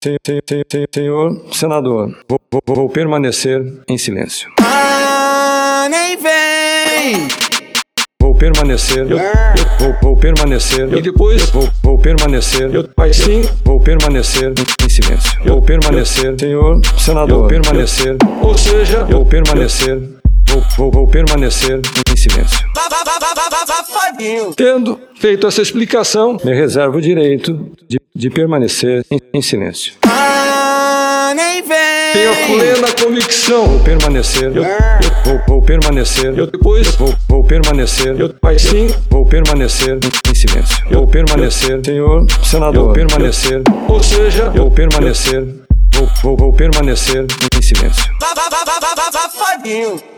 Senhor, senhor senador, vou, vou- vou permanecer em silêncio. Ah, nem vem! Vou permanecer. Eu, vou, vou permanecer. e depois vou, vou permanecer. Eu, mas sim, vou permanecer em, em silêncio. vou permanecer, senhor senador. Vou permanecer. ou seja, vou permanecer. vou, vou, vou permanecer em silêncio. Fabinho! Tendo feito essa explicação, me reservo o direito de, de permanecer em, em silêncio. Ah, nem Tenho vem! plena convicção. Vou permanecer. Eu, vou, vou permanecer. Eu depois vou, vou permanecer. Eu, mas sim, vou permanecer em silêncio. Eu, vou permanecer, senhor senador. Vou permanecer. ou seja, vou permanecer. vou, vou, vou permanecer em silêncio. Fabinho!